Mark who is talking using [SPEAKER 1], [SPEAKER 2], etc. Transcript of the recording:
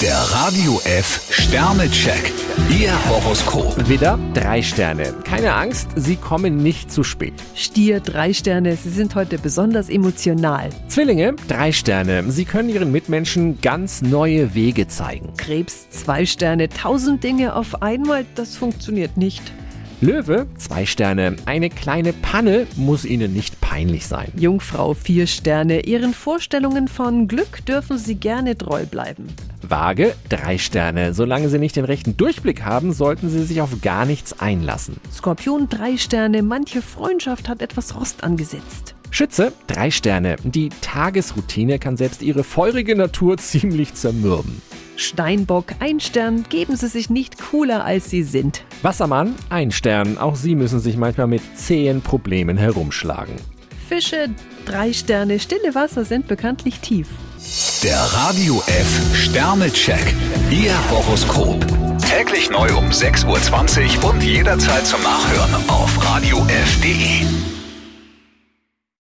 [SPEAKER 1] Der Radio F Sternecheck. Ihr Horoskop.
[SPEAKER 2] Widder, drei Sterne. Keine Angst, Sie kommen nicht zu spät.
[SPEAKER 3] Stier, drei Sterne, Sie sind heute besonders emotional.
[SPEAKER 2] Zwillinge, drei Sterne. Sie können Ihren Mitmenschen ganz neue Wege zeigen.
[SPEAKER 3] Krebs, zwei Sterne, tausend Dinge auf einmal, das funktioniert nicht.
[SPEAKER 2] Löwe, zwei Sterne. Eine kleine Panne muss Ihnen nicht peinlich sein.
[SPEAKER 3] Jungfrau, vier Sterne, Ihren Vorstellungen von Glück dürfen Sie gerne treu bleiben.
[SPEAKER 2] Waage, drei Sterne. Solange Sie nicht den rechten Durchblick haben, sollten Sie sich auf gar nichts einlassen.
[SPEAKER 3] Skorpion, drei Sterne, manche Freundschaft hat etwas Rost angesetzt.
[SPEAKER 2] Schütze, drei Sterne. Die Tagesroutine kann selbst Ihre feurige Natur ziemlich zermürben.
[SPEAKER 3] Steinbock, ein Stern, geben Sie sich nicht cooler, als Sie sind.
[SPEAKER 2] Wassermann, ein Stern. Auch Sie müssen sich manchmal mit zähen Problemen herumschlagen.
[SPEAKER 3] Fische, drei Sterne, stille Wasser sind bekanntlich tief.
[SPEAKER 1] Der Radio F Sternecheck. Ihr Horoskop. Täglich neu um 6.20 Uhr und jederzeit zum Nachhören auf Radio